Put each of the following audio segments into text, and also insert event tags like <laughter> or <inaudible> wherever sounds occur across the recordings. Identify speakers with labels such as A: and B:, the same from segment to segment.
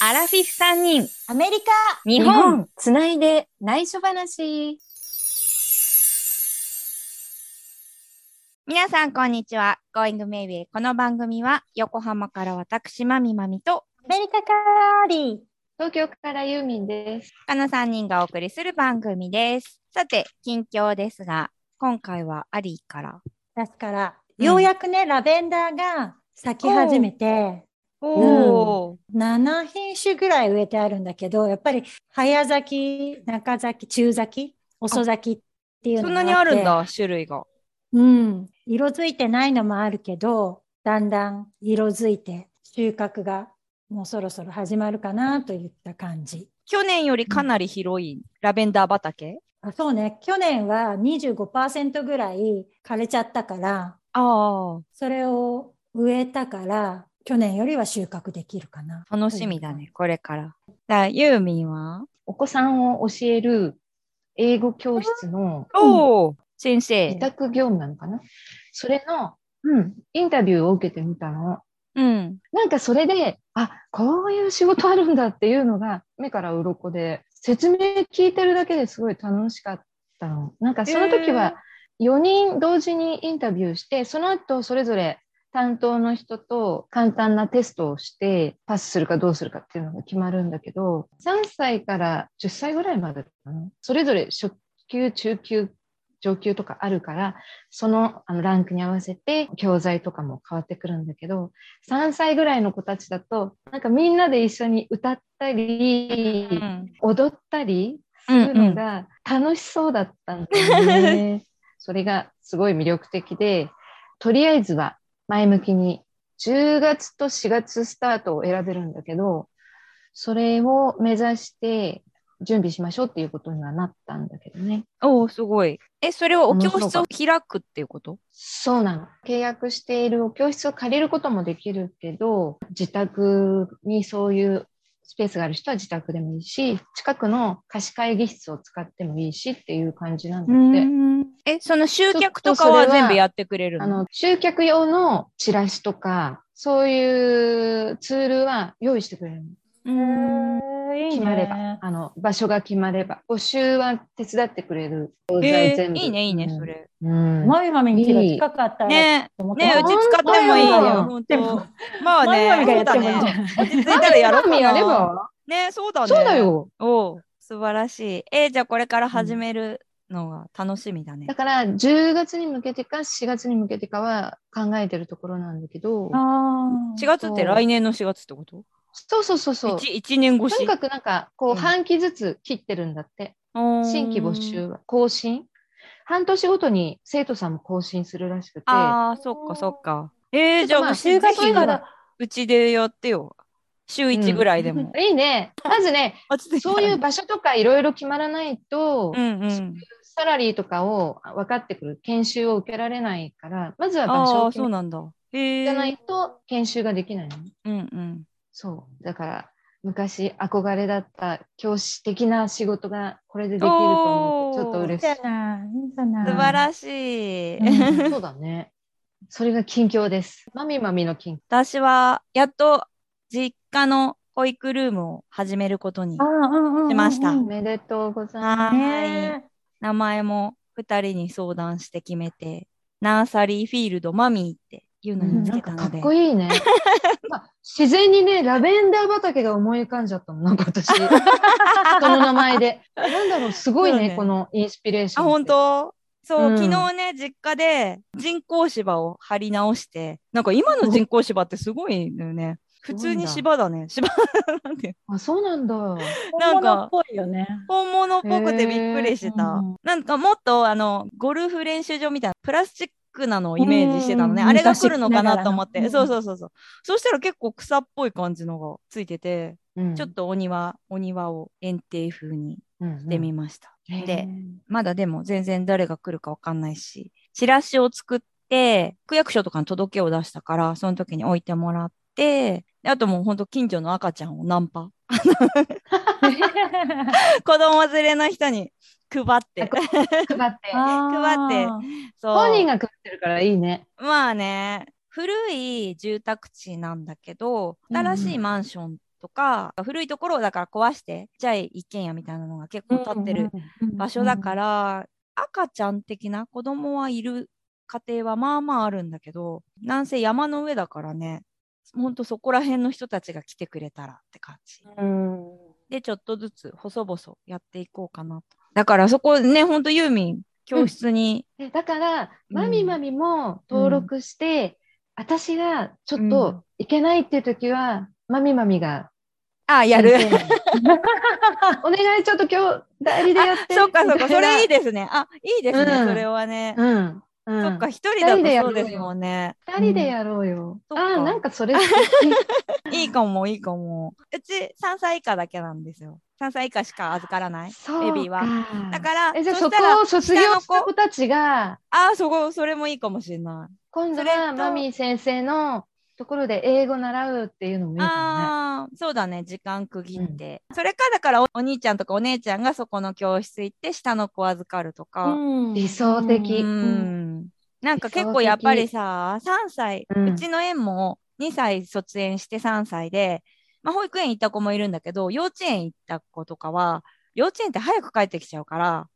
A: アラフィフ3人、
B: アメリカ
A: 日本。
C: つないで内緒話。
A: 皆さん、こんにちは。Going Maybe。この番組は、横浜から私、まみまみと、
B: アメリカからリ
C: 東京からユーミンです。
A: 他の3人がお送りする番組です。さて、近況ですが、今回はアリーから。
B: 出すから、
A: うん
B: ようやくねラベンダーが咲き始めて
A: おー。
B: 7品種ぐらい植えてあるんだけどやっぱり早咲き中咲き中咲き遅咲きっていうの
A: そ
B: が
A: ん
B: あ
A: な
B: って
A: にあるんだ、種類が。
B: うん色づいてないのもあるけどだんだん色づいて収穫がもうそろそろ始まるかなといった感じ
A: 去年よりかなり広いラベンダー畑
B: あそうね去年は25%ぐらい枯れちゃったから
A: あ
B: それを植えたから、去年よりは収穫できるかな。
A: あ、楽しみだね、これから。だユーミンは
C: お子さんを教える英語教室の
A: おお、先生
C: 委。託業務なのかなそれの、うん、インタビューを受けてみたの。
A: うん。
C: なんかそれで、あ、こういう仕事あるんだっていうのが目から鱗で、説明聞いてるだけですごい楽しかったの。なんかその時は4人同時にインタビューして、その後それぞれ担当の人と簡単なテストをして、パスするかどうするかっていうのが決まるんだけど、3歳から10歳ぐらいまでかな。それぞれ初級、中級、上級とかあるから、そのあのランクに合わせて教材とかも変わってくるんだけど、3歳ぐらいの子たちだと、なんかみんなで一緒に歌ったり、
A: うん
C: 踊ったり
A: う
C: するの
A: ん
C: が楽しそうだったんだよね。それがすごい魅力的で、とりあえずは前向きに10月と4月スタートを選べるんだけど、それを目指して準備しましょうっていうことにはなったんだけどね。
A: おお、すごい。え、それをお教
C: 面白かっ
A: 室
C: た
A: を開くっていうこと
C: そうなの。契約しているお教室を借りることもできるけど、自宅にそういうスペースがある人は自宅でもいいし、近くの貸し会議室を使ってもいいしっていう感じなんだって。
A: え、その集客と
C: ち
A: か
C: ょっと
A: は
C: それは
A: 全部やってくれる
C: あ
A: の
C: の、集客用のチラシとか、そういうツールは用意してくれるの。
B: う
A: う。
B: んん、いいね
C: 決まれば、あの、場所が決まれば、募集は手伝ってくれる。
A: え
C: 全
A: ー、
C: 部
A: いいね、いいね
C: う、ん
A: それ。
C: うん。
B: マミマミに気が近かったら
A: ね
B: と思って
A: ねうち
C: 本
A: 使
C: 当
A: ってもいい
C: だ
A: よ。
C: よ
A: 本
B: で
A: 当
B: も
A: まあね、
B: マミマミがやってもいい
A: そう
B: じゃ
A: だね
B: ん。
A: 落ち着いたらやろうか
C: マミやれ
A: な。
C: ば
A: ね、そうだね。
C: そうだ。よ。
A: おう素晴らしい。えーじゃあこれから始めるのが楽しみだね
C: だ。から10月に向けてか4月に向けてかは考えてるところなんだけど、
B: あ
A: 4月って来年の4月ってこと
C: そうそうそうそう。
A: 1, 1年越
C: とに
A: し
C: かくなんか、こ
A: う
C: う、
A: ん
C: 半期ずつ切ってるんだって。新規募集。は更新。半年ごとに生徒さんも更新するらしくて。
A: ああ、そっかそっか。えー、じゃあ、
C: まあ
A: 私
B: 就
A: ぜ
B: 活
A: ひ
B: から
A: うちでやってよ。週1ぐらいで
C: <laughs>
A: も。
C: いいね。ま
A: <laughs>
C: ずね、
A: 落ち着たら
C: そういう場所とかいろいろ決まらないと、
A: うんうん。
C: サラリーとかを分かってくる研修を受けられないから、まずは場所
A: ああ、
C: を決
A: そう
C: め
A: なんだ。へえ。
C: じゃないと研修ができないのね。
A: うんうん。
C: そう。だから、昔憧れだった教師的な仕事がこれでできると思うとちょっと
B: いい
C: 嬉
B: じ
C: し
B: ゃない、いいじゃない。
A: 素晴らしい。
B: うん
C: い。そうだね。それが近況です。まみまみの近況。
A: <laughs> 私は、やっと実家の保育ルームを始めることに
B: あ。うんうんうんうん
A: しました
C: おめでとうございま
A: はーい。
B: ね
A: 名前も2人に相談して決めて、ナーサリーフィールドマミーっていうの
C: す。
A: につ
C: なん
A: け
C: か
A: た
C: か
A: ので。
C: っこい
A: <laughs>
C: いね。まあ自然にね、ラベンダー畑が思い浮かんじゃったの、なんか
A: <laughs>
C: 私。その名前で。なんだろう、すごい
A: そう
C: ね、
A: ね
C: このインスピレーショ
A: あ、
C: ン
A: 本
C: って。
A: 当そう、
C: うん
A: 昨日ね、実家で人工芝を張り直して、なんか今の人工芝ってすごいのよね。普通に芝だね。芝なんていう
C: あ、そうなんだ。
A: なん
B: 本物
A: か
B: っぽいよね。
A: 本物っぽくてびっくりしてた。 <laughs>
B: うん
A: なんかもっとあの、ゴルフ練習場みたいなプラスチックなのをイメージしてたのね。
B: うん
A: あれが来るのかなと思っ
B: 昔
A: て。
B: なが
A: そ
B: ら
A: う
B: の
A: そうそうそう。そしたら結構草っぽい感じのがついてて、
C: うん
A: ちょっとお庭、お庭を園庭風に
C: うん
A: してみました。
C: うん
A: で、まだでも全然誰が来るかわかんないし、チラシを作って、区役所とかに届けを出したから、その時に置いてもらって、であともうほんと近所の赤ちゃんをナンパ。 <laughs> 子供連れの人に <laughs> 配って。
C: 配って。
B: あー。
A: <laughs> そう
C: 本人が配ってるからいいね。
A: まあね、古い住宅地なんだけど、
C: うんうん
A: 新しいマンションとか古いところをだから壊してちっちゃい一軒家みたいなのが結構建ってる場所だからら、赤ちゃん的な子供はいる家庭はまあまああるんだけどなんせ山の上だからねほんとそこら辺の人たちが来てくれたらって感じ。
C: うん
A: で、ちょっとずつ細々やっていこうかなと。だからそこね、ほんとユーミン、教室に、
C: えだから、
A: うん
C: まみまみも登録して、私がちょっ
A: うん
C: といけないっていう時は、まみまみが、
A: あ、や
C: <laughs>
A: る。 <laughs>
C: お願いちょっと今日代理でやって。
A: そうかそうか、
C: みた
A: そ
C: いな
A: れいいですね。あ、いいですね、
C: うん
A: それはね。
C: うん。うん
A: そっか、一人だ
C: 二人で
A: と
C: や
A: そ
C: ろ
A: う
C: うよ
A: ですもんね。
C: 二人でやろうよ。
A: うんそっ
C: ああ、
A: か
C: なんかそれ素敵
A: いいかも、いいかも。うち3歳以下だけなんですよ。3歳以下しか預からない。
C: そう
A: ベビーは
C: か
A: だから、
C: えじゃあ
A: そ
C: そ
A: したら
C: こを卒業した子たちが、
A: ああ、そこ、それもいいかもしれない。
C: 今度
A: それ
C: は
A: と
C: マミー先生のところで英語習うっていうのもいいか
A: ああー、そうだね、時間区切って。それか、だからお、お兄ちゃんとかお姉ちゃんがそこの教室行って、下の子預かるとか。
C: ん理想的
A: う
C: うん
A: んなんか
C: 理想的
A: 結構やっぱりさ、3歳、う
C: うん
A: ちの園も2歳卒園して3歳で、まあ、保育園行った子もいるんだけど、幼稚園行った子とかは、幼稚園って早く帰ってきちゃうから、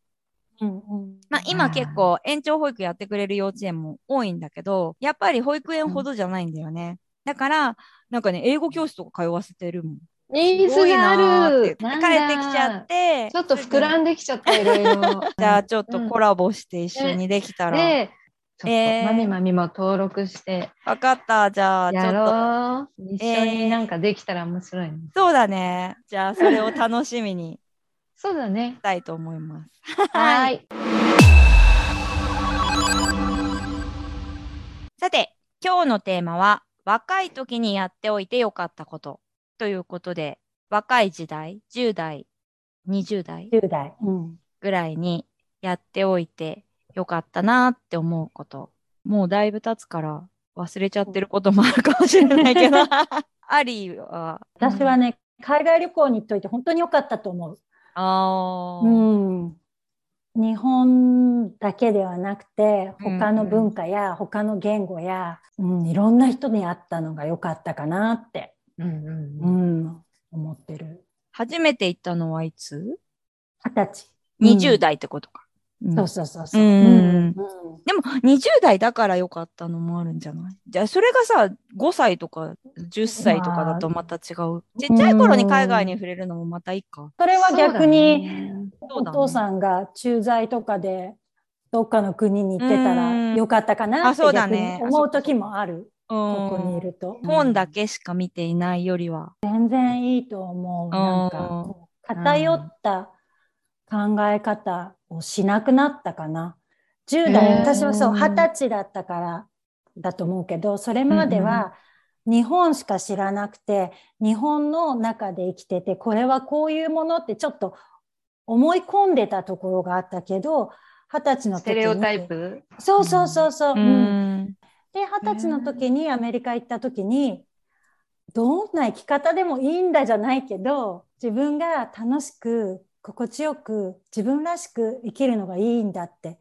A: まあ、
C: あ
A: 今
C: ー
A: 結構延長保育やってくれる幼稚園も多いんだけど、やっぱり保育園ほどじゃないんだよね。だから、なんかね、英語教室とか通わせてるもん。
C: な。ニー
A: すご
C: ズ
A: い
C: が
A: な
C: あ
A: ーって
C: る。
A: 帰
C: な
A: っ
C: ん
A: て
C: だ
A: きちゃって。。
C: ちょっと膨らんできちゃった、いろいろ
A: じゃあちょっとコ
C: ラ
A: ラボして一緒にできたら。
C: で、ちょっと、
A: えー
C: マミマミも登録して、
A: わかった。じゃあ、ちょ
C: や
A: っと。
C: ろう。一緒になんかできたら面白いね。
A: そうだね。じゃあ、それを楽しみに
C: そうだね
A: し。たいと思います。 <laughs>
C: はーい。
A: さて、今日のテーマは、若い時にやっておいてよかったことということで、若い時代、10代、20代
B: 10代。うん
A: ぐらいにやっておいてよかったなって思うこと。もうだいぶ経つから忘れちゃってることもあるかもしれないけ <laughs> ど、アリーは。
B: 私はね、海外旅行に行っといて本当に良かったと思う。
A: あー
B: うん、日本だけではなくて
A: うん
B: 他の文化や他の言語や、うんいろんな人に会ったのが良かったかなって、
C: うんうん
B: う
C: うん
B: ん、思ってる
A: 初めて行ったのはいつ
B: 二十歳
A: ?20、代ってことか。うん
B: うんそうそうそうそう、
A: うん
B: うん
A: でも20代だから良かったのもあるんじゃないじゃあそれがさ5歳とか10歳とかだとまた違う。ちっちゃい頃に海外に触れるのもまたいいか。
B: それは逆に、
A: そう
B: お
A: だね
B: 父さんが駐在とかでどっかの国に行ってた
A: うん
B: ら良かったかな
A: あ
B: って
A: そうだ
B: 逆
A: ね
B: に思う時もあるここにい
A: うん
B: ると。
A: 本だけしか見ていないよりは。
B: 全然いいと思う。なんか偏った考え方をしなくなったかな。10
C: へ
B: 代、
C: ー
B: 私はそう、20歳だったからだと思うけど、それまで
C: うん
B: は日本しか知らなくて、日本の中で生きてて、これはこういうものってちょっと思い込んでたところがあったけど、20歳の
C: ス
B: 時に。
C: テレオタイプ
B: そうそうそうそう。
A: う
B: うん
A: ん。
B: で、二十歳の時にアメリカ行った時に、どんな生き方でもいいんだじゃないけど、自分が楽しく、心地よく、自分らしく生きるのがいいんだって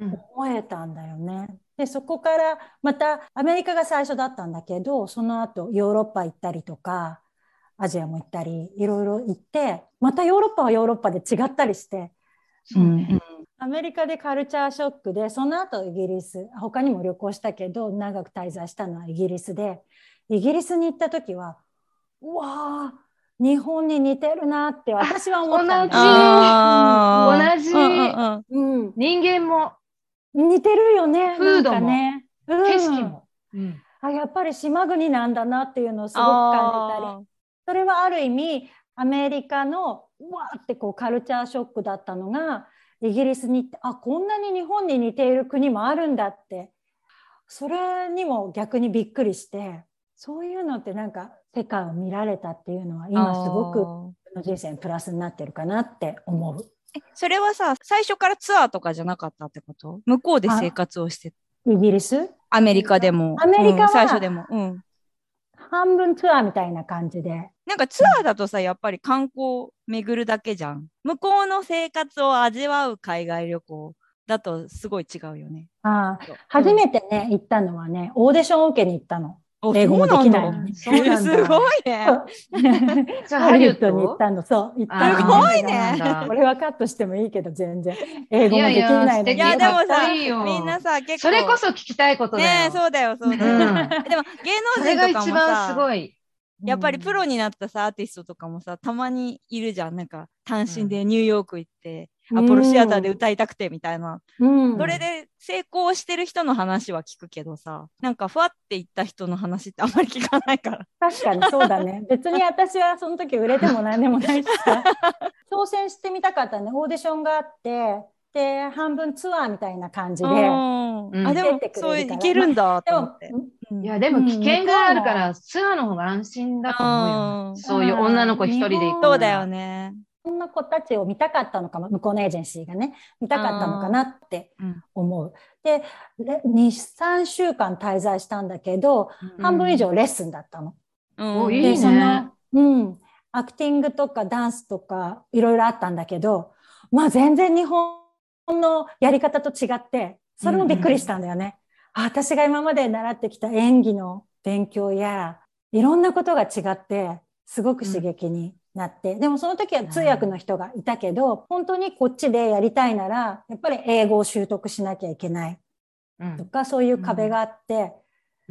C: うん
B: 思えたんだよね。で、そこから、またアメリカが最初だったんだけど、その後ヨーロッパ行ったりとか、アジアも行ったり、いろいろ行って、またヨーロッパはヨーロッパで違ったりして、
A: うん
B: アメリカでカルチャーショックで、その後イギリス、他にも旅行したけど、長く滞在したのはイギリスで、イギリスに行った時は、うわー、日本に似てるなって私は思ったんだよ。
A: あー
C: 同じ
A: うんうんうん
B: うん、
C: 人間も
B: 似てるよね、
C: 風土
B: な
C: も
B: んかね、うん
C: 景色も。
B: あ。やっぱり島国なんだなっていうのをすごく感じたり
A: あー
B: それはある意味アメリカのうわーってこうカルチャーショックだったのがイギリスに行ってあこんなに日本に似ている国もあるんだってそれにも逆にびっくりしてそういうのってなんか世界を見られたっていうのは今すごく
A: あー
B: 自分の人生にプラスになってるかなって思う。
A: えそれはさ、最初からツアーとかじゃなかったってこと向こうで生活をして、
B: イギリス
A: アメリカでも。
B: アメリカは
A: うん最初でも。うん。
B: 半分ツアーみたいな感じで
A: なんかツアーだとさ、やっぱり観光巡るだけじゃん。向こうの生活を味わう海外旅行だとすごい違うよね。
B: あー初
A: て、
B: めてね、行ったのはねオーディションを受けに行ったの。
A: お
B: 英語もできないの
A: そう
B: に
C: そうなんだ
A: んだすごいね。
C: じゃあ
B: ハ
C: ハリ
B: リ
C: ウ
B: ウ
C: ッ
B: ッド
C: ド
B: に
C: に行
B: 行
C: っ
B: ったたの、そう、行った
A: あー
B: の。
A: すごいね <laughs>
B: これはカットしてもいいけど、全然。英語もできないのに。
A: いや、でも
C: かっこ
A: さ、
C: いいよ
A: みんなさ、結構。
C: それこそ聞きたいことだよ。
A: ねえ、そうだよ、そうだ
C: う
A: よ。
C: ん
A: でも、
C: そ
A: 芸
C: れ
A: 能
C: が
A: 人とか
C: 一
A: も
C: 番す
A: さ、
C: ごい。
A: やっぱりプロ
B: に、
A: になったさ、アーティストとかもさ、たまにいるじゃん。なんか、単身でニューヨーク行って、アポロシアターで歌いたくてみたいな。
B: うん、
A: それで成功してる人の話は聞くけどさ、なんかふわっていった人の話ってあんまり聞かない <laughs> から。
B: 確かにそうだ
A: <laughs>
B: ね。別に私はその時売れても何でもないしさ。挑戦してみたかったね。オーディションがあって、で、半分ツアーみたいな感じで。
A: うんあ、で
B: 出
A: も
B: て、くれるか
A: そう
B: ら
A: いけるんだ
B: で
A: と思
B: も
A: って。、
C: いや、でも危険があるから、ツアーの方が安心だと思う
A: う
C: よ。
A: ん
C: そういう女の子一人で行く。
A: そうだよ。ね。
B: そんな子たちを見たかったのかも、向こうのエージェンシーがね、見たかったのかなって
A: うん
B: 思う。で、で2、3週間滞在したんだけど、半分以上レッスンだったの。
A: うん
C: おいい
B: で、
C: ね
B: その、うん、アクティングとかダンスとかいろいろあったんだけど、まあ全然日本のやり方と違って、それもびっくりしたんだよね。あ私が今まで習ってきた演技の勉強や、いろんなことが違って、すごく刺激になって、でもその時は通訳の人がいたけど、本当にこっちでやりたいなら、やっぱり英語を習得しなきゃいけない
C: うん
B: とか、そういう壁があって、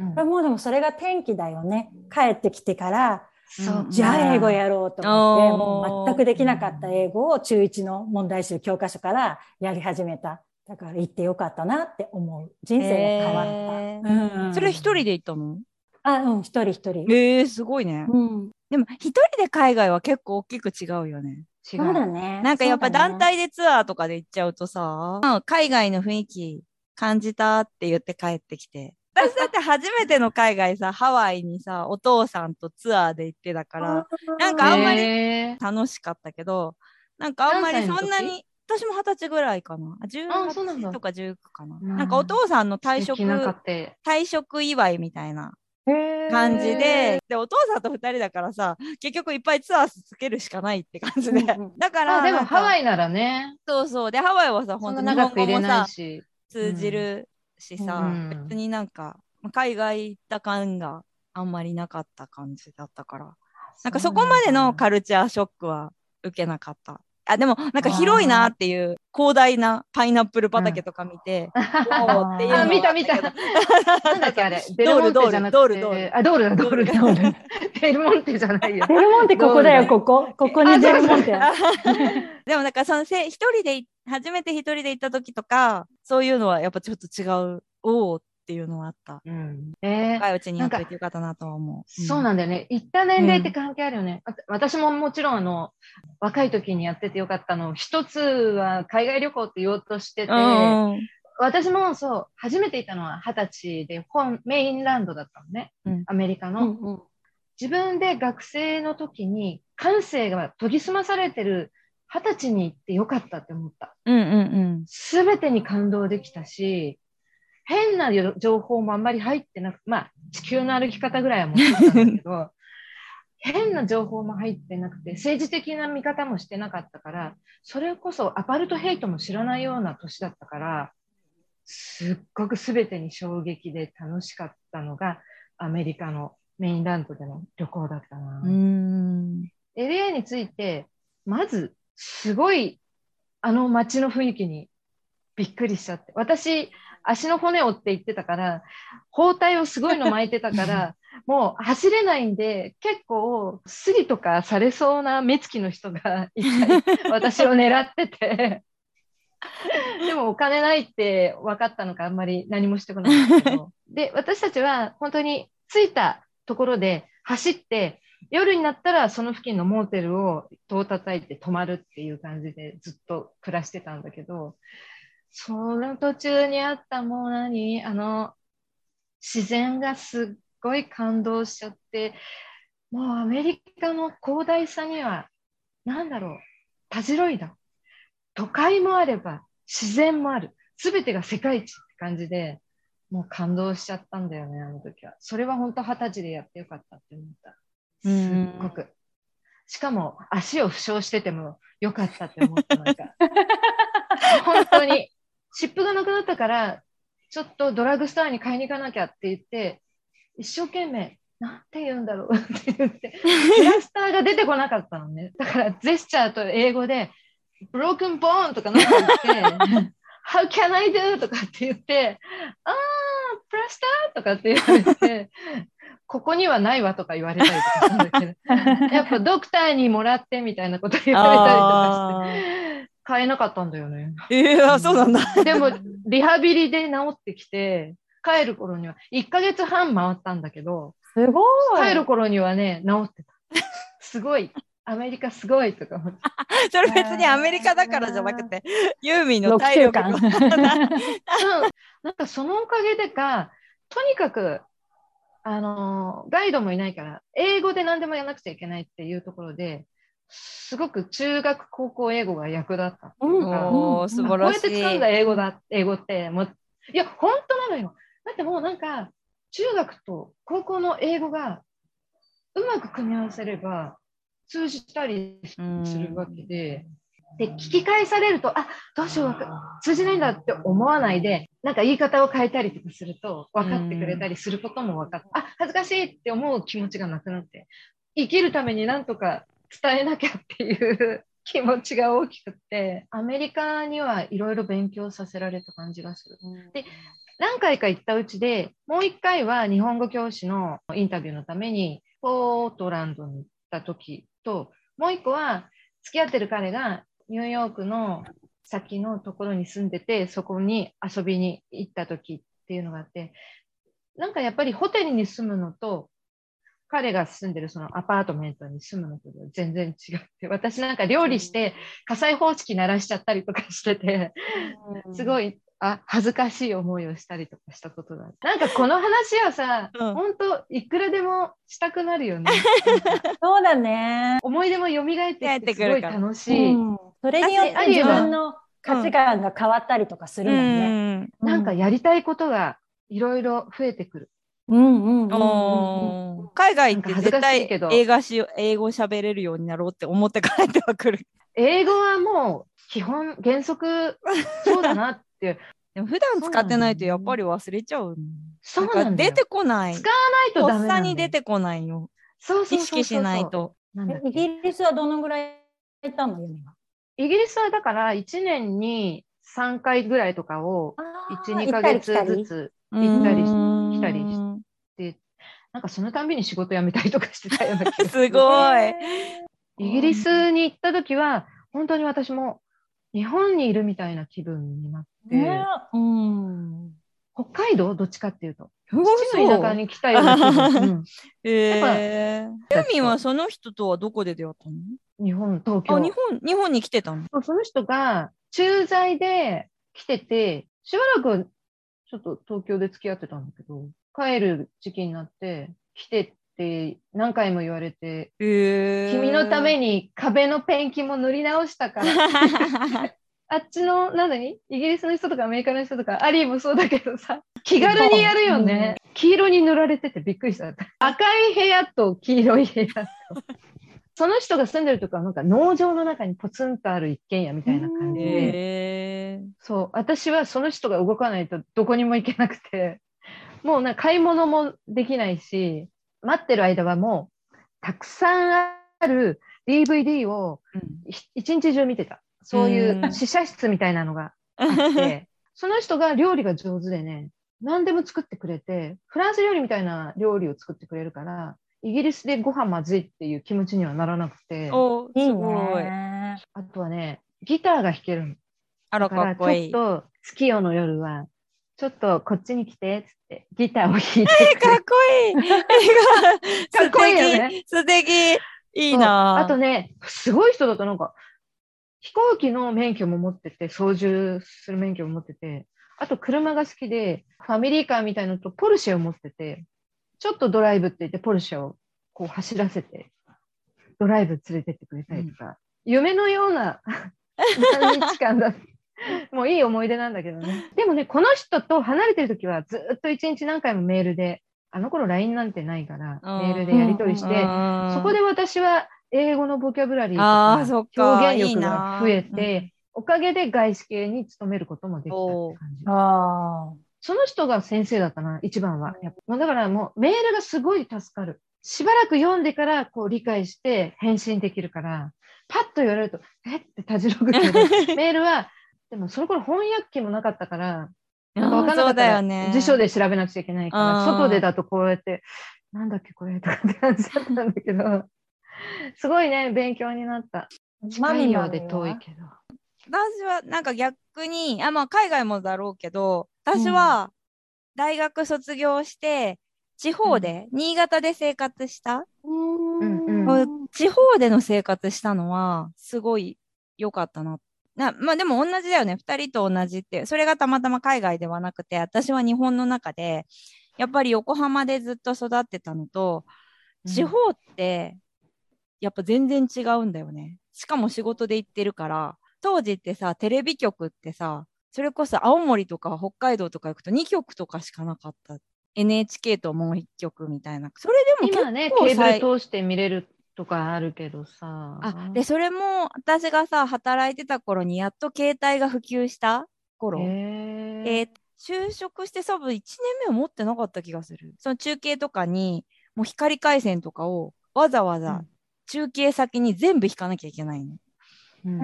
C: うん
B: これもうでもそれが転機だよね。帰ってきてから、
C: そう。
B: じゃあ英語やろうと思っ
A: おー
B: て、もう全くできなかった英語を中1の問題集教科書からやり始めた。だから行ってよかったなって思う。人生が変わ
A: へ
B: った。うん
A: それ一人で行ったの
B: あ、うん、一人一人。
A: えー、すごいね。
B: うん。
A: でも、一人で海外は結構大きく違うよね。
C: 違
B: そう
C: う。
B: だね。
A: なんかやっぱ団
B: そう
A: 体でツアーとかで行っちゃうとさ、まあ海外の雰囲気感じたって言って帰ってきて。私だって初めての海外さ、ハワイにさ、お父さんとツアーで行ってたか
B: だね
A: ら、なんかあんまり
C: り。
A: 楽しかったけど、なんかあんまりそんな
C: 何歳の
A: に、私も二十歳ぐらいかな。あ
C: あそうなんだ
A: 18とか19かな。
C: うん
A: なんかお父さんの退
C: 素
A: 職
C: 敵、な家
A: 退職祝いみたいな
B: へー
A: 感じで、で、お父さんと二人だからさ、結局いっぱいツアーつけるしかないって感じで。
B: うんうん
A: だか
C: 庭。
A: ら、
C: あ、でもハワ
A: イ。
C: イならね、
A: そうそう。で、ハワイはさ、
C: そ
A: 本
C: ん
A: 当
C: な
A: に
C: 長く入れ
A: もさ
C: ない、し。
A: 通じるしさ、
C: うん
A: 別になんか、まあ海外行った感があんまりなかった感じだったから。なんかそこまでのカルチャーショックは受けなかった。あ、でもなんか広いなっていう広大なパイナップル畑とか見て、
C: あ、
A: おーっていうのはあ
C: 見た見た。
A: っけど
C: なんだっけあれ。ベルモンテじゃなくて。
A: ドールドール
C: あ、ドールだ、ドールだ、
A: ドール <laughs> ド
C: ベルモンテじゃないよ
B: ベ。ルモンテここだよ、ここ。ここにベルモンテ。
A: <laughs>
C: あ
A: でもなんかそのせ一人でい初めて一人で行った時とかそういうのはやっぱちょっと違うおおっていうのはあった
C: うん。えー
A: 若いうちにやっといてよかったなとは思う
C: そうなんだよね。行った年齢って関係あるよね。わ私ももちろん、あの、若い時にやっててよかったの、一つは海外旅行って言おうとしてて、
A: うんうん
C: 私もそう、初めて行ったのは二十歳で、本、メインランドだったのね。
A: うん
C: アメリカ
B: う
C: の。
B: んうん
C: 自分で学生の時に感性が研ぎ澄まされてる二十歳に行ってよかったって思った。
A: うんうん
C: すべてに感動できたし、変な情報もあんまり入ってなく、まあ、地球の歩き方ぐらいはもちろんだけ
A: <laughs>
C: ど、変な情報も入ってなくて、政治的な見方もしてなかったから、それこそアパルトヘイトも知らないような年だったから、すっごくすべてに衝撃で楽しかったのが、アメリカのメインランドでの旅行だったな。
A: うんうん。
C: LA について、まず、すごい、あの街の雰囲気にびっくりしちゃって。私、足の骨折って言ってたから、包帯をすごいの巻いてたから、もう走れないんで、結構、スリとかされそうな目つきの人がいたり私を狙ってて。でもお金ないって分かったのかあんまり何もしてこないんですけど。で、私たちは本当に着いたところで走って、夜になったらその付近のモーテルを戸を叩いて泊まるっていう感じでずっと暮らしてたんだけど、その途中にあったもう何あの、自然がすっごい感動しちゃって、もうアメリカの広大さには、なんだろう、たじろいだ。都会もあれば、自然もある。すべてが世界一って感じで、もう感動しちゃったんだよね、あの時は。それは本当二十歳でやってよかったって思った。すっごく。しかも、足を負傷しててもよかったって思った。なんか本当に。湿布がなくなったから、ちょっとドラッグストアに買いに行かなきゃって言って、一生懸命、なんて言うんだろうって言って、クラスターが出てこなかったのね。だから、ジェスチャーと英語で、ブロークンボーンとかなんか言って、How can I do? とかって言って、あー、プラスターとかって言われて、ここにはないわとか言われたりとかしたんだけど、やっぱドクターにもらってみたいなこと言われたりとかして、買えなかったんだよね。
A: えー、あそうなんだ。
C: でも、リハビリで治ってきて、帰る頃には、1ヶ月半回ったんだけど、
B: すごい。
C: 帰る頃にはね、治ってた。すごい。アメリカすごいとか思って。
A: それ別にアメリカだからじゃなくて、ユーミンの体力の
B: 6週間 <laughs>
C: うんなんかそのおかげでか、とにかく、あのーガイドもいないから、英語で何でもやらなくちゃいけないっていうところで、すごく中学、高校英語が役立ったっていうか。
A: おー素晴
C: こう
A: ら
C: や
A: し
C: って掴んだ
A: い。
C: 英語だ、英語って、もう、いや、本当なのよ。だってもうなんか、中学と高校の英語がうまく組み合わせれば通じたりするわけで、で、聞き返されると、あ、どうしようわか、通じないんだって思わないで、なんか言い方を変えたりとかすると、分かってくれたりすることも分かって、あ、恥ずかしいって思う気持ちがなくなって、生きるためになんとか伝えなきゃっていう。気持ちが大きくってアメリカにはいろいろ勉強させられた感じがするで何回か行ったうちでもう一回は日本語教師のインタビューのためにポートランドに行った時ともう一個は付き合ってる彼がニューヨークの先のところに住んでてそこに遊びに行った時っていうのがあってなんかやっぱりホテルに住むのと彼が住んでるそのアパートメントに住むのとでは全然違って私なんか料理して火災報知器鳴らしちゃったりとかしててすごいあ恥ずかしい思いをしたりとかしたことがあるなんかこの話はさ、
A: うん
C: ほんといくらでもしたくな
A: <laughs>
C: るよね
B: そうだね。
C: 思い出も蘇ってきてすごい楽しい、
B: うんそれによって自分の価値観が変わったりとかす
A: う
B: るもんね。
A: ん。
C: なんかやりたいことがいろいろ増えてくる
B: うんうんうんうん
A: おー海外って絶対
C: なんか恥ずかしいけど
A: 英語し英語喋れるようになろうって思って帰ってはくる。
C: 英語はもう基本原則そうだなっていう
A: でも普段使ってないとやっぱり忘れちゃう。
C: そう
A: な
C: なんん
A: か
C: だよ
A: 出てこない。
C: 使わないと
A: と
C: ダ
A: っさ
C: メなんだよ
A: に出てこないよ。
C: そうそう
A: 意
C: そうそう
A: 識しないと。
C: なんだっ
B: え
C: け
B: イギリスはどのぐらい行ったのユミは
C: イギリスはだから1年に3回ぐらいとかを1、2
B: 行
C: ヶ
B: ったり
C: 月
B: 来たり
C: ずつ行ったりし
A: うん
C: 来たりしなんかそのたんびに仕事辞めたりとかしてたような気が
A: すごい。
C: イギリスに行った時は、本当に私も日本にいるみたいな気分になって、
B: ねうん。
C: 北海道どっちかっていうと、
A: すごい
C: 父の田舎に来たような気分。うん
A: えー。 <laughs> ユーミンはその人とはどこで出会ったの
C: 日本、東
A: あ、日
C: 京。
A: 本、日本に来てたの
C: その人が駐在で来てて、しばらくちょっと東京で付き合ってたんだけど、帰る時期になって、来てって何回も言われて、
A: えー。
C: 君のため
A: に。
C: に壁のペンキも塗り直したから、
A: <laughs>
C: あっちの、なのにイギリスの人とかアメリカの人とか、アリーもそうだけどさ、気軽にやるよね。黄色に塗られててびっくりした。赤い部屋と黄色い部屋と。その人が住んでるとこはなんか農場の中にポツンとある一軒家みたいな感じで、
A: え
C: そう、私はその人が動かないとどこにも行けなくて、もうなんか買い物もできないし、待ってる間はもう、たくさんある DVD を
A: ー。
C: ひ一日中見てた。そういう
A: うん
C: 試写室みたいなのがあっ
A: うん <laughs>
C: て、その人が料理が上手でね、何でも作ってくれて、フランス料理みたいな料理を作ってくれるから、イギリスでご飯まずいっていう気持ちにはならなくて、
A: お、す
B: いい
A: ごい。
B: ね。
C: あとはね、ギターが弾けるの。
A: あら、
C: だか
A: からっ
C: ち
A: こい
C: ょっ
A: い。
C: と月夜の夜は、ちょっとこっちに来てっつってギターを弾いてく
A: かっ
C: れ
A: こ
C: <laughs>
A: いい。
C: かっこいいよね
A: <laughs> 素敵。素敵。いい
C: そう
A: なぁ。
C: あとね、すごい人だった。なんか、飛行機の免許も持ってて、操縦する免許も持ってて、あと車が好きで、ファミリーカーみたいのとポルシェを持ってて、ちょっとドライブって言ってポルシェをこう走らせて、ドライブ連れてってくれたりとか、夢のよ
A: <laughs>
C: うな3日間だった。もういい思い出なんだけどね。でもね、この人と離れてる時はずっと一日何回もメールで、あの頃 LINE なんてないから、
A: うん
C: メールでやり取りして、
A: うん
C: そこで私は英語のボキャブラリー
A: あーそ
C: と
A: っ
C: か
A: か
C: 表現力が増えて、
A: いいな
C: おかげで外資系に勤めることもできたって感じ。
B: ああ。
C: その人が先生だったな、一番は。やっぱまあだからもうメールがすごい助かる。しばらく読んでからこう理解して返信できるから、パッと言われると、えってたじろぐけど、
A: <laughs>
C: メールは、でもその頃翻訳機もなかったから、なんかわかんな
A: そ
C: か
A: う
C: った
A: だ
C: ら
A: よね。
C: 辞書で調べなくちゃいけないか
A: あ
C: ら、
A: ー
C: 外でだとこうやって、なんだっけこれとかって感じだったんだけど、 <laughs> すごいね、勉強になった。
B: マミ
C: 太
B: マ
C: 陽
B: ミ
C: で遠い
B: は
C: けど。
A: 私はなんか逆にあ、まあ、海外もだろうけど私は大学卒業して地方で、新潟で生活した
B: う
C: ん
A: うんん地方での生活したのはすごい良かったな。なまあでも同じだよね2人と同じってそれがたまたま海外ではなくて私は日本の中でやっぱり横浜でずっと育ってたのと地方ってやっぱ全然違うんだよね。しかも仕事で行ってるから当時ってさテレビ局ってさそれこそ青森とか北海道とか行くと2局とかしかなかった NHK ともう1局みたいなそれでも結構
C: 今ね、
A: さ
C: ケーブル通して見れるとかあるけどさ。
A: あでそれも私がさ働いてた頃にやっと携帯が普及した頃、
C: へ
A: え
C: え
A: ー就職して多分1年目は持ってなかった気がするその中継とかにもう光回線とかをわざわ
C: う
A: ざ
C: ん
A: 中継先に全部引かなきゃいけないの、
C: うん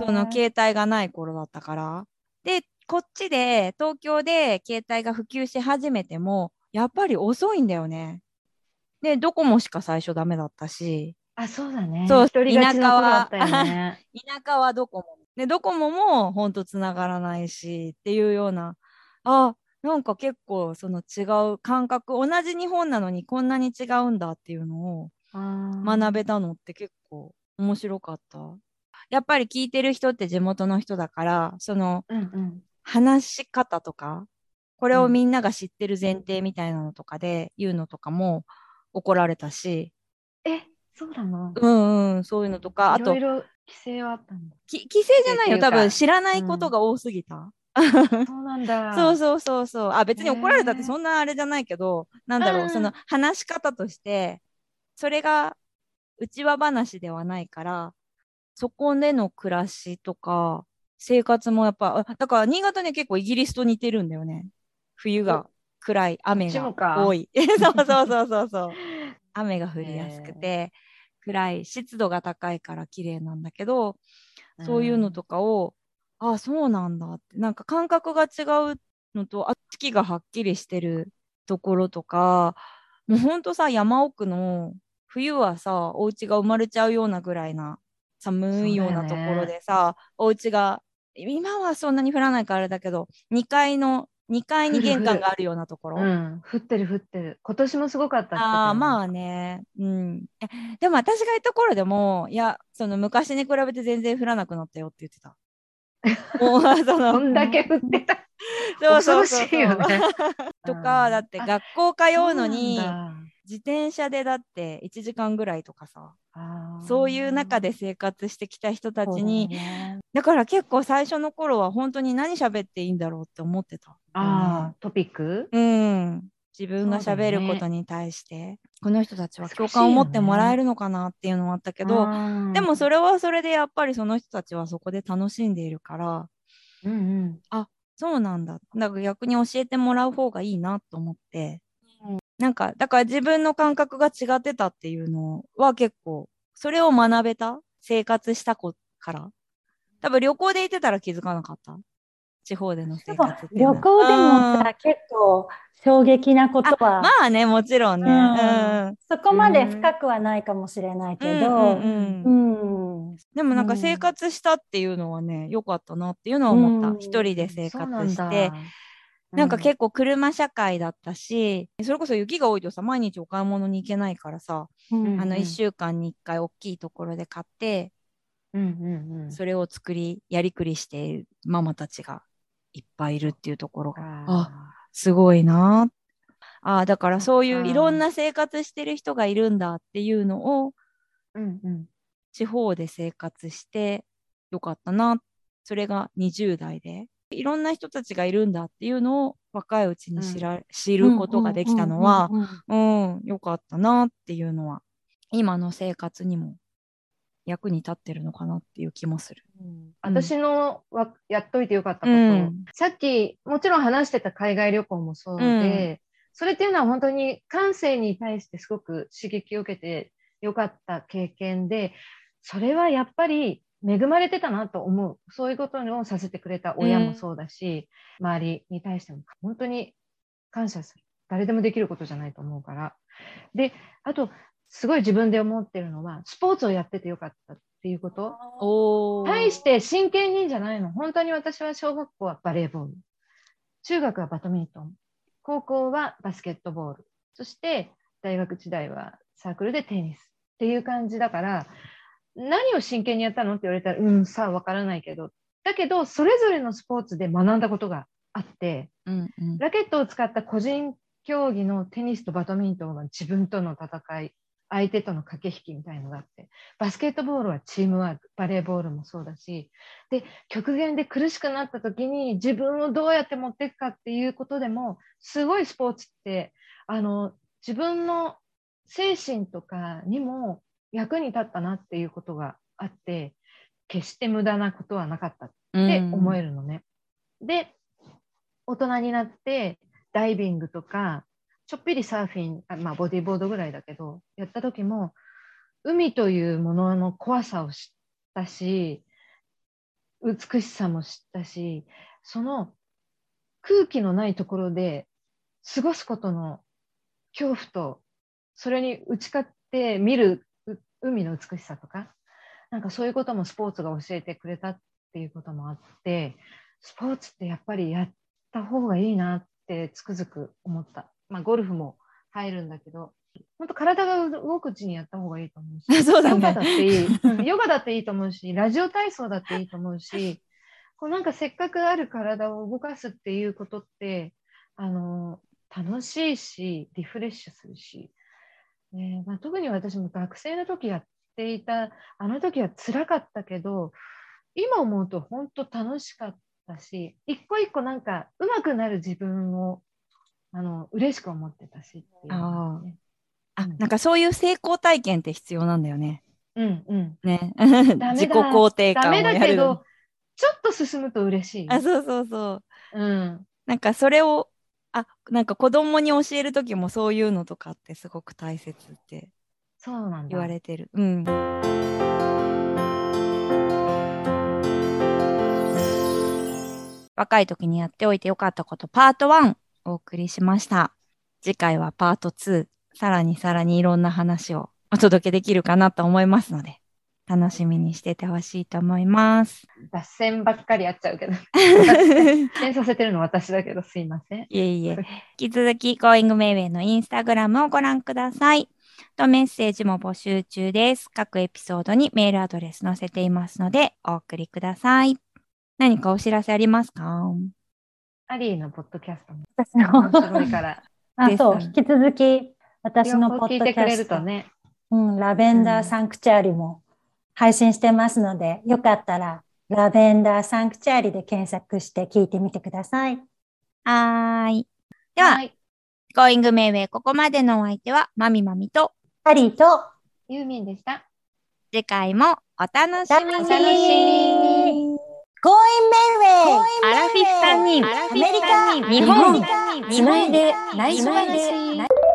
A: その携帯がない頃だったからでこっちで東京で携帯が普及し始めてもやっぱり遅いんだよねでドコモしか最初ダメだったし
C: あ、そうだね。
A: そう
C: 一人勝ちの頃だったよね。
A: <laughs> 田舎はドコモ。で、ドコモもほんとつながらないしっていうような、あ、なんか結構その違う感覚、同じ日本なのにこんなに違うんだっていうのを学べたのって結構面白かった。やっぱり聞いてる人って地元の人だから、その
C: べ。うんうん。
A: 話し方とか、これ
C: う
A: を
C: ん
A: みんなが知ってる前提みたいなのとかで言うのとかも怒られたし、
C: え、そうなの
A: うんうん、そういうのとか、あ
C: いろ
A: と
C: い、ろ規制はあったんだ。
A: き規制じゃないよ、
C: ってい
A: 多
C: うか
A: 分知らないことが多すぎた。
C: そうなん
A: <laughs>
C: だ。
A: そうそうそうそう。あ、別に怒られたって
C: へー
A: そんなあれじゃないけど、なんだろ
C: うん
A: う、その話し方として、それが内輪話ではないから、そこでの暮らしとか、生活もやっぱ、あだから新潟ね、結構イギリスと似てるんだよね。冬が暗い、雨
C: こっちも
A: が
C: か
A: 多
C: <laughs>
A: い。そうそうそうそうそう。雨が降りやすくて、暗い、湿度が高いから綺麗なんだけど、そういうのとかを、ああ、そうなんだって、なんか感覚が違うのと、あ月がはっきりしてるところとか、もうほんとさ、山奥の冬はさ、お家が生まれちゃうようなぐらいな寒いような
C: そう
A: とこ
C: だよね
A: ろでさ、お家が、今はそんなに降らないからあれだけど、2階の、2階に玄関があるようなところ。
C: うん。うん。降ってる降ってる。今年もすごかったって言ってたよ
A: ああ
C: ね
A: まあね、うん、えでも私がいた頃でもいやその昔に比べて全然降らなくなったよって言ってた。
C: <laughs>
A: もうそ
C: こ
A: の
C: んだけ降ってた。
A: <laughs> そうそうそう
C: 恐ろしいよね
A: <laughs> とかだって学校通うのに
C: そうなんだ
A: 自転車でだって1時間ぐらいとかさ
C: あー
A: そういう中で生活してきた人たちに
C: そうだね
A: だから結構最初の頃は本当に何喋っていいんだろうって思ってた。
C: あートピック
A: うん、自分が喋ることに対して、この人たちは共感を持ってもらえるのかなっていうのはあったけど、でもそ
C: れ、
A: れはそれでやっぱりその人たちはそこで楽しんでいるから
C: うんうん、
A: そうなんだだから逆に教えてもらう方がいいなと思って、なんかだから自分の感覚が違ってたっていうのは結構それを学べた生活した子から多分旅行で行ってたら気づかなかった地方での生活っていうの
B: 旅行
A: は
B: でもさ、結構衝撃なことは、
A: まあねもちろんね、
B: うん
A: うん
B: そこまで深くはないかもしれないけど、
A: うんうんうん
B: うん
A: でもなん
B: う
A: か
B: ん
A: 生活したっていうのはね良かったなっていうのは思った、
B: うん
A: 一人で生
C: そうなん
A: 活して
C: だ
A: なん,、か結構車社会だったしそれこそ雪が多いとさ毎日お買い物に行けないからさ、
B: うん
A: あの
C: うん
A: 1週間に1回大きいところで買って
C: うんうんうん、
A: それを作りやりくりしているママたちがいっぱいいるっていうところが
C: あ
A: すごいなあーだからそうい
C: そっ
A: う
C: か
A: いろんな生活してる人がいるんだっていうのを
C: うんうん
A: 地方で生活してよかったなそれが20代でいろんな人たちがいるんだっていうのを若いうちに知ら、知ることができたのは
B: うんうんうんうん
A: うん良かったなっていうのは今の生活にも役に立ってるのかなっていう気もする。
C: 私のわやっといてよかったこと、
A: うん
C: さっきもちろん話してた海外旅行もそうで、それっていうのは本当に感性に対してすごく刺激を受けてよかった経験でそれはやっぱり恵まれてたなと思うそういうことをさせてくれた親もそうだし、周りに対しても本当に感謝する誰でもできることじゃないと思うからであとすごい自分で思ってるのはスポーツをやっててよかったっていうこと
A: お
C: 対して真剣にじゃないの。本当に私は小学校はバレーボール。中学はバドミントン。高校はバスケットボール。そして大学時代はサークルでテニスっていう感じだから、何を真剣にやったのって言われたら、うん、さあわからないけど。だけど、それぞれのスポーツで学んだことがあって、
A: うんうん
C: ラケットを使った個人競技のテニスとバドミントンは自分との戦い、相手との駆け引きみたいのがあって、バスケットボールはチームワーク、バレーボールもそうだし、で、極限で苦しくなった時に自分をどうやって持っていくかっていうことでも、すごいスポーツって、あの、自分の精神とかにも役に立ったなっていうことがあって、決して無駄なことはなかったって思えるのね。で大人になってダイビングとかちょっぴりサーフィンあまあボディーボードぐらいだけどやった時も海というものの怖さを知ったし美しさも知ったしその空気のないところで過ごすことの恐怖とそれに打ち勝って見るう海の美しさとかなんかそういうこともスポーツが教えてくれたっていうこともあってスポーツってやっぱりやった方がいいなってつくづく思った。まあゴルフも入るんだけど、本当体が動くうちにやった方がいいと思う
A: <laughs>
C: し、
A: そうだね
C: ヨガだっていい、うんヨガだっていいと思うし、ラジオ体操だっていいと思うし、こうなんかせっかくある体を動かすっていうことって、あの楽しいし、リフレッシュするし、ねまあ、特に私も学生の時やっていた、あの時は辛かったけど、今思うと本当楽しかったし、一個一個なんか上手くなる自分をあの嬉しく思ってたしっていうのがね、
A: あなんかそういう成功体験って必要なんだよね。
C: うんうん。
A: ね。
C: だ
A: <laughs> 自己肯定
C: ダ
A: 感を
C: メ
A: やる。
C: だけど、ちょっと進むと嬉しい。
A: あ、そうそうそう。
C: うん。
A: なんかそれを、あ、なんか子供に教える時もそういうのとかってすごく大切って
C: そうなんだ。
A: 言われてる。うん。若い時にやっておいてよかったことパート1お送りしました。次回はパート2、さらにさらにいろんな話をお届けできるかなと思いますので、楽しみにしててほしいと思い <laughs> ます。
C: 脱線ばっかりやっちゃうけど、
A: い
C: 脱線させてるの私だけど、すいません。
A: えいえ。引き続き Going m a y w a y のインスタグラムをご覧ください。とメッセージも募集中です。各エピソードにメールアドレス載せていますのでお送りください。何かお知らせありますか
C: アリーのポッドキャストも
B: 私の
C: 面白いから、
B: あそう
A: です
B: 引き続き私
C: 両
B: の
C: 方
B: ポ
C: 聞
B: ッ
C: い
B: ドキ
C: てく
B: ャ
C: れ
B: ス
C: る
B: ト、
C: とね、
B: うん、ラベンダーサンクチュアリも配信してますので、よかったらラベンダーサンクチュアリで検索して聞いてみてください。
A: はーい。では、
C: い
A: Going m a y w a y ここまでのお相手はまみまみと
B: ハリーと
C: ユーミンでした。
A: 次回もお楽しみ
B: お
A: に
B: 楽しみに Going Merway!
A: アラフィフ3人、
D: アラフィ
B: アメ
D: フ
B: リカ
D: 3人、日本、
B: つないで
D: 内緒話。